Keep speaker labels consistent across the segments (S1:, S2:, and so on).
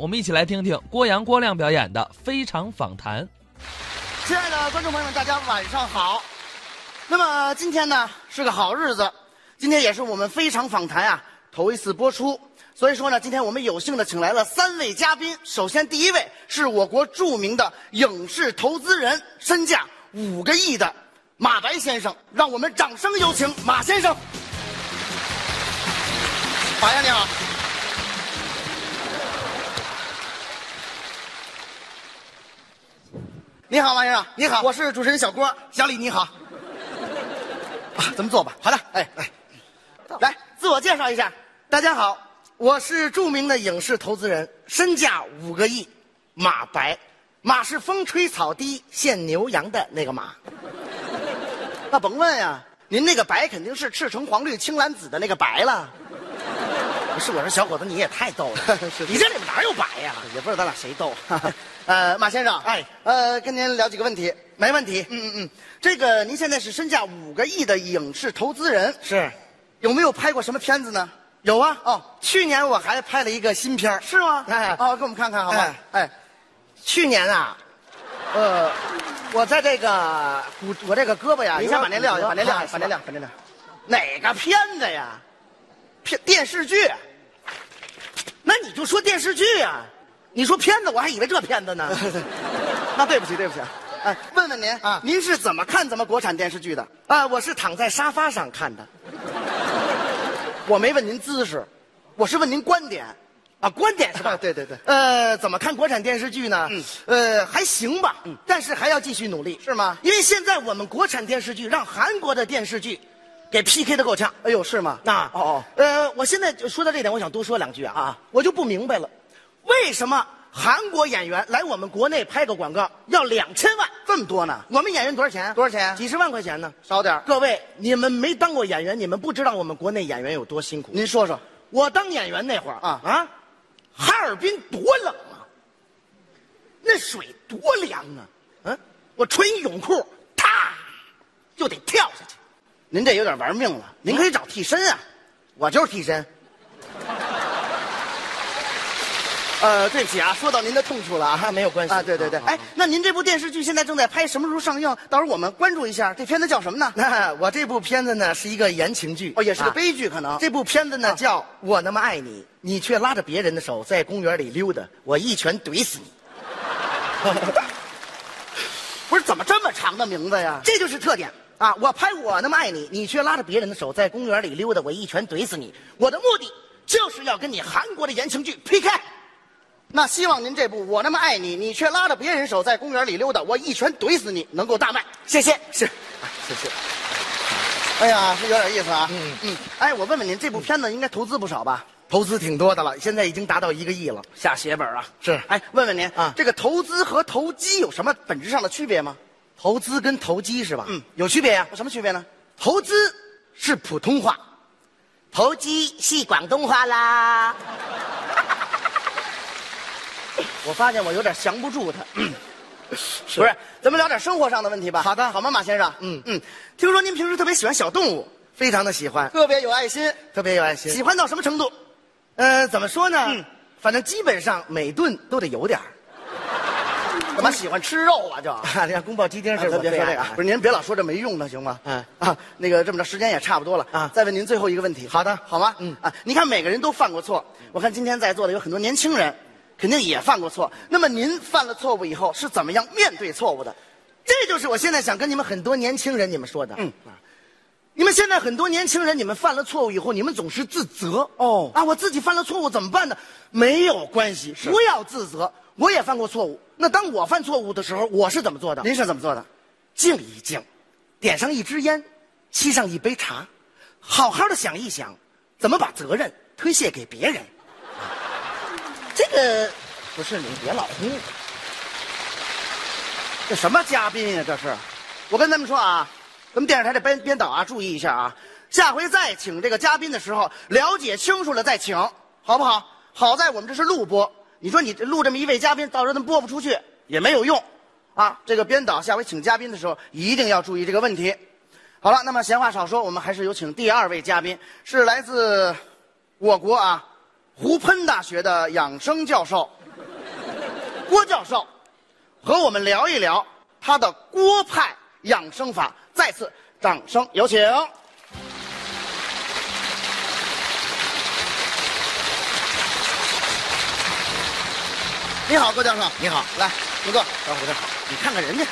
S1: 我们一起来听听郭阳、郭亮表演的《非常访谈》。
S2: 亲爱的观众朋友们，大家晚上好。那么今天呢是个好日子，今天也是我们非常访谈啊头一次播出，所以说呢，今天我们有幸的请来了三位嘉宾。首先第一位是我国著名的影视投资人，身价五个亿的马白先生，让我们掌声有请马先生。马先生你好，你好马先生，你好，我是主持人小郭，小李你好。啊，咱们坐吧。好的，哎哎，来自我介绍一下。大家好，我是著名的影视投资人，身价五个亿，马白。马是风吹草低见牛羊的那个马。 那甭问呀、您那个白肯定是赤橙黄绿青蓝紫的那个白了。不是，我说小伙子，你也太逗 了，你这里面哪有白呀、也不知道咱俩谁 逗。呃，马先生，哎，呃，跟您聊几个问题。没问题。嗯嗯嗯，这个您现在是身价五个亿的影视投资人，
S3: 是，
S2: 有没有拍过什么片子呢？
S3: 有啊。
S2: 哦，
S3: 去年我还拍了一个新片儿
S2: 是吗？
S3: 哎
S2: 哦，给我们看看好吗？哎，
S3: 去年啊，呃，我在这个骨，我这个胳膊呀，
S2: 您先把那撂下，把那
S3: 那
S2: 撂下，把那
S3: 那
S2: 撂，下，把那撂。下。哪个片子呀？片电视剧。那你就说电视剧啊，你说片子，我还以为这片子呢。 那对不起，对不起。哎，问问您
S3: 啊
S2: 您是怎么看咱们国产电视剧的？
S3: 啊，我是躺在沙发上看的，
S2: 我没问您姿势，我是问您观点，啊，观点是吧？
S3: 啊 对对对嗯
S2: 呃，怎么看国产电视剧呢？呃，还行吧，但是还要继续努力，
S3: 是吗
S2: 因为现在我们国产电视剧让韩国的电视剧给 PK 的够呛。
S3: 哎呦，是吗？
S2: 那
S3: 哦哦，
S2: 呃，我现在就说到这点，我想多说两句啊，啊我就不明白了，为什么韩国演员来我们国内拍个广告要两千万？
S3: 这么多呢，
S2: 我们演员多少钱？
S3: 多少钱
S2: 几十万块钱呢？
S3: 少点儿
S2: 各位，你们没当过演员，你们不知道我们国内演员有多辛苦。
S3: 您说说，
S2: 我当演员那会儿
S3: 啊
S2: 啊，哈尔滨多冷啊，那水多凉啊，嗯，我穿一泳裤，啪，就得跳下去。
S3: 您这有点玩命了。
S2: 您可以找替身啊，
S3: 我就是替身，
S2: 呃，对不起啊，说到您的痛处了啊，没有关系
S3: 啊对对对
S2: 哎，那您这部电视剧现在正在拍，什么时候上映？到时候我们关注一下。这片子叫什么呢？
S3: 那我这部片子呢是一个言情剧，
S2: 哦，也是个
S3: 啊
S2: 悲剧，可能。啊
S3: 这部片子呢叫《我那么爱你》，你却拉着别人的手在公园里溜达，我一拳怼死你。
S2: 不是怎么这么长的名字呀？
S3: 这就是特点啊！我拍我那么爱你，你却拉着别人的手在公园里溜达，我一拳怼死你。
S2: 我的目的就是要跟你韩国的言情剧 PK。那希望您这部《我那么爱你》，你却拉着别人手在公园里溜达，我一拳怼死你，能够大卖。
S3: 谢谢，
S2: 是，
S3: 谢谢。
S2: 哎呀，是有点意思啊。嗯嗯。哎，我问问您，这部片子应该投资不少吧？
S3: 投资挺多的了，现在已经达到一个亿了。
S2: 下血本啊。
S3: 是
S2: 哎，问问您
S3: 啊
S2: 这个投资和投机有什么本质上的区别吗？
S3: 投资跟投机是吧？
S2: 嗯
S3: 有区别呀、
S2: 有什么区别呢？
S3: 投资是普通话，投机是广东 话啦。
S2: 我发现我有点降不住他。不是，咱们聊点生活上的问题吧。好的，好吗，马先生？嗯嗯，听说您平时特别喜欢小动物，
S3: 非常的喜欢，
S2: 特别有爱心，
S3: 特别有爱
S2: 喜
S3: 心。
S2: 欢到什么程度？
S3: 呃，怎么说呢？
S2: 嗯
S3: 反正基本上每顿都得有 点儿。
S2: 怎么喜欢吃肉啊？就。
S3: 你看宫保鸡丁是我
S2: 别
S3: 最
S2: 说
S3: 爱
S2: 这个
S3: 的啊，
S2: 不是您别老说这没用的，行吗？
S3: 嗯
S2: 啊，那个这么着，时间也差不多了
S3: 啊
S2: 再问您最后一个问题。
S3: 好的
S2: 好吗？
S3: 嗯
S2: 啊，您看每个人都犯过错，我看今天在座的有很多年轻人，肯定也犯过错。那么您犯了错误以后是怎么样面对错误的？
S3: 这就是我现在想跟你们很多年轻人你们说的。
S2: 嗯
S3: 你们现在很多年轻人，你们犯了错误以后，你们总是自责。
S2: 哦
S3: 啊，我自己犯了错误怎么办呢？没有关系，不要自责。我也犯过错误。那当我犯错误的时候，我是怎么做的？
S2: 您是怎么做的？
S3: 静一静，点上一支烟，沏上一杯茶，好好的想一想，怎么把责任推卸给别人。这个不是你别老轰我。
S2: 这什么嘉宾呀、啊这是，我跟他们说啊，咱们电视台的编编导啊，注意一下啊，下回再请这个嘉宾的时候，了解清楚了再请，好不好？好在我们这是录播，你说你这录这么一位嘉宾，到时候他们播不出去也没有用，啊，这个编导下回请嘉宾的时候一定要注意这个问题。好了，那么闲话少说，我们还是有请第二位嘉宾，是来自我国啊湖喷大学的养生教授郭教授和我们聊一聊他的郭派养生法。再次掌声有请。你好，郭教授，你好，来，请坐。等会儿，等会儿你看看人家，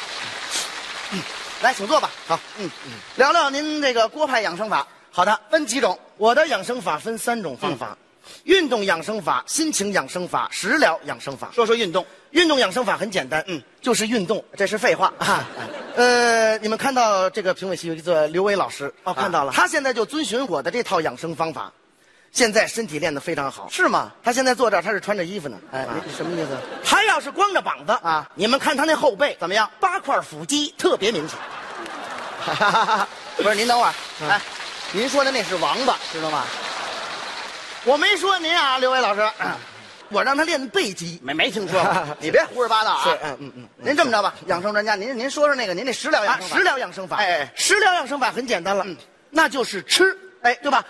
S2: 嗯，来，请坐吧。好，嗯嗯，聊聊您这个郭派养生法。好的，分几种？我的养生法分三种方法：运动养生法、心情养生法、食疗养生法。
S3: 说说运动，
S2: 运动养生法很简单，
S3: 嗯，
S2: 就是运动，这是废话啊。呃，你们看到这个评委席有一个刘伟老师，啊
S3: 哦看到了
S2: 他现在就遵循我的这套养生方法，现在身体练得非常好。
S3: 是吗？
S2: 他现在坐这儿，他是穿着衣服呢，哎，
S3: 啊
S2: 你你什么意思？他要是光着膀子
S3: 啊
S2: 你们看他那后背怎么样？八块腹肌特别明显。 不是，您等会儿，哎，您说的那是王八，知道吗？我没说您啊，刘伟老 师，我让他练背肌。。
S3: 没没听说过
S2: 你别胡说八道啊！
S3: 是嗯嗯嗯
S2: 您这么着吧，养生专家，您您说说那个您那食疗养生法。
S3: 啊食
S2: 疗养生法哎，哎嗯
S3: 哎
S2: 食疗养生法很简单了，那就是吃，哎，对吧？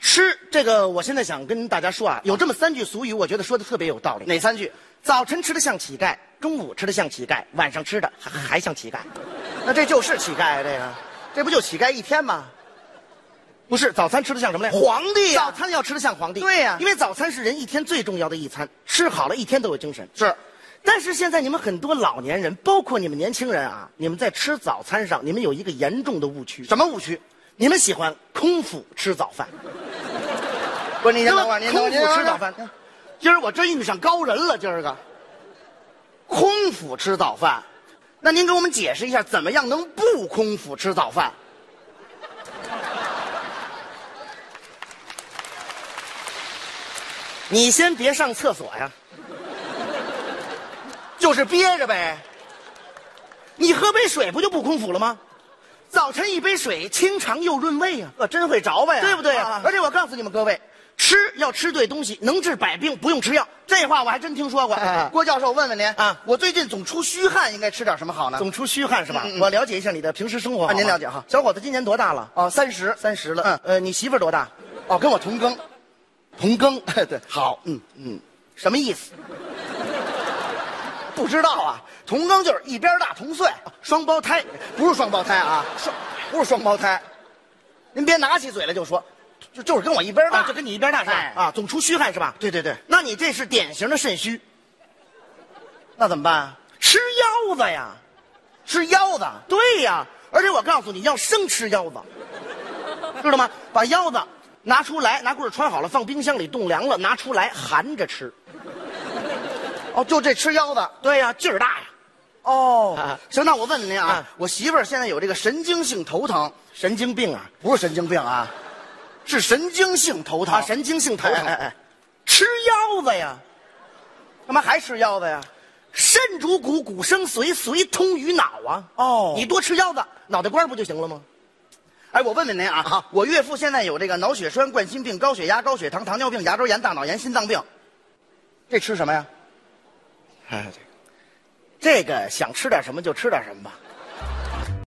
S2: 吃这个，我现在想跟大家说啊，有这么三句俗语，我觉得说的特别有道理。
S3: 哪三句？
S2: 早晨吃的像乞丐，中午吃的像乞丐，晚上吃的还还像乞丐，那这就是乞丐啊！这个，这不就乞丐一天吗？不是，早餐吃的像什么嘞？
S3: 皇帝呀
S2: 早餐要吃的像皇帝。
S3: 对呀
S2: 因为早餐是人一天最重要的一餐，吃好了一天都有精神。
S3: 是，
S2: 但是现在你们很多老年人，包括你们年轻人啊，你们在吃早餐上，你们有一个严重的误区，
S3: 什么误区？
S2: 你们喜欢空腹吃早饭。
S3: 不是，你先
S2: 空
S3: 等
S2: 腹
S3: 会儿，您等会儿，您
S2: 吃早
S3: 等会
S2: 饭啊
S3: 儿。，
S2: 今儿我真遇上高人了，今儿个。空腹吃早饭，那您给我们解释一下，怎么样能不空腹吃早饭？你先别上厕所呀，就是憋着呗。你喝杯水不就不空腹了吗？早晨一杯水，清肠又润胃呀、
S3: 我呃真会着吧呀？
S2: 对不对、
S3: 啊
S2: 而且我告诉你们各位，吃要吃对东西，能治百病，不用吃药。这话我还真听说 过。
S3: 郭教授，问问您
S2: 啊
S3: 哎啊，我最近总出虚汗，应该吃点什么好呢？
S2: 总出虚汗是吧、
S3: 嗯嗯嗯
S2: 我了解一下你的平时生活好吗、
S3: 啊您了解哈
S2: 小伙子今年多大了？
S3: 哦，三十，
S2: 三十了。
S3: 嗯
S2: 呃，你媳妇儿多大？
S3: 哦，跟我同庚，
S2: 同庚。
S3: 对
S2: 好，嗯嗯，什么意思？
S3: 不知道啊，同庚就是一边大同岁，
S2: 双胞胎。
S3: 不是双胞胎啊，双不是双胞胎，您别拿起嘴来就说，就就是跟我一边大，
S2: 啊，就跟你一边大是吧？
S3: 哎
S2: 啊，总出虚汗是吧？
S3: 对对对，
S2: 那你这是典型的肾虚，
S3: 那怎么办啊？
S2: 吃腰子呀。
S3: 吃腰子，
S2: 对呀，而且我告诉你要生吃腰子，知道吗？把腰子拿出来，拿棍儿穿好了，放冰箱里冻凉了，拿出来含着吃。
S3: 哦，就这吃腰子，
S2: 对呀，劲儿大呀，
S3: 哦
S2: 啊，
S3: 行，那我问问您啊
S2: 啊，
S3: 我媳妇儿现在有这个神经性头疼，
S2: 神经病啊
S3: 不是神经病啊，是神经性头疼，
S2: 啊，神经性头疼，
S3: 哎哎哎
S2: 吃腰子呀，
S3: 干嘛还吃腰子呀？
S2: 肾主骨，骨生髓，髓通于脑啊。
S3: 哦
S2: 你多吃腰子，脑袋瓜儿不就行了吗？
S3: 哎，我问问您啊，
S2: 啊
S3: 我岳父现在有这个脑血栓、冠心病、高血压、高血糖、糖尿病、牙周炎、大脑炎、心脏病，这吃什么呀？
S2: 哎，这个想吃点什么就吃点什么吧。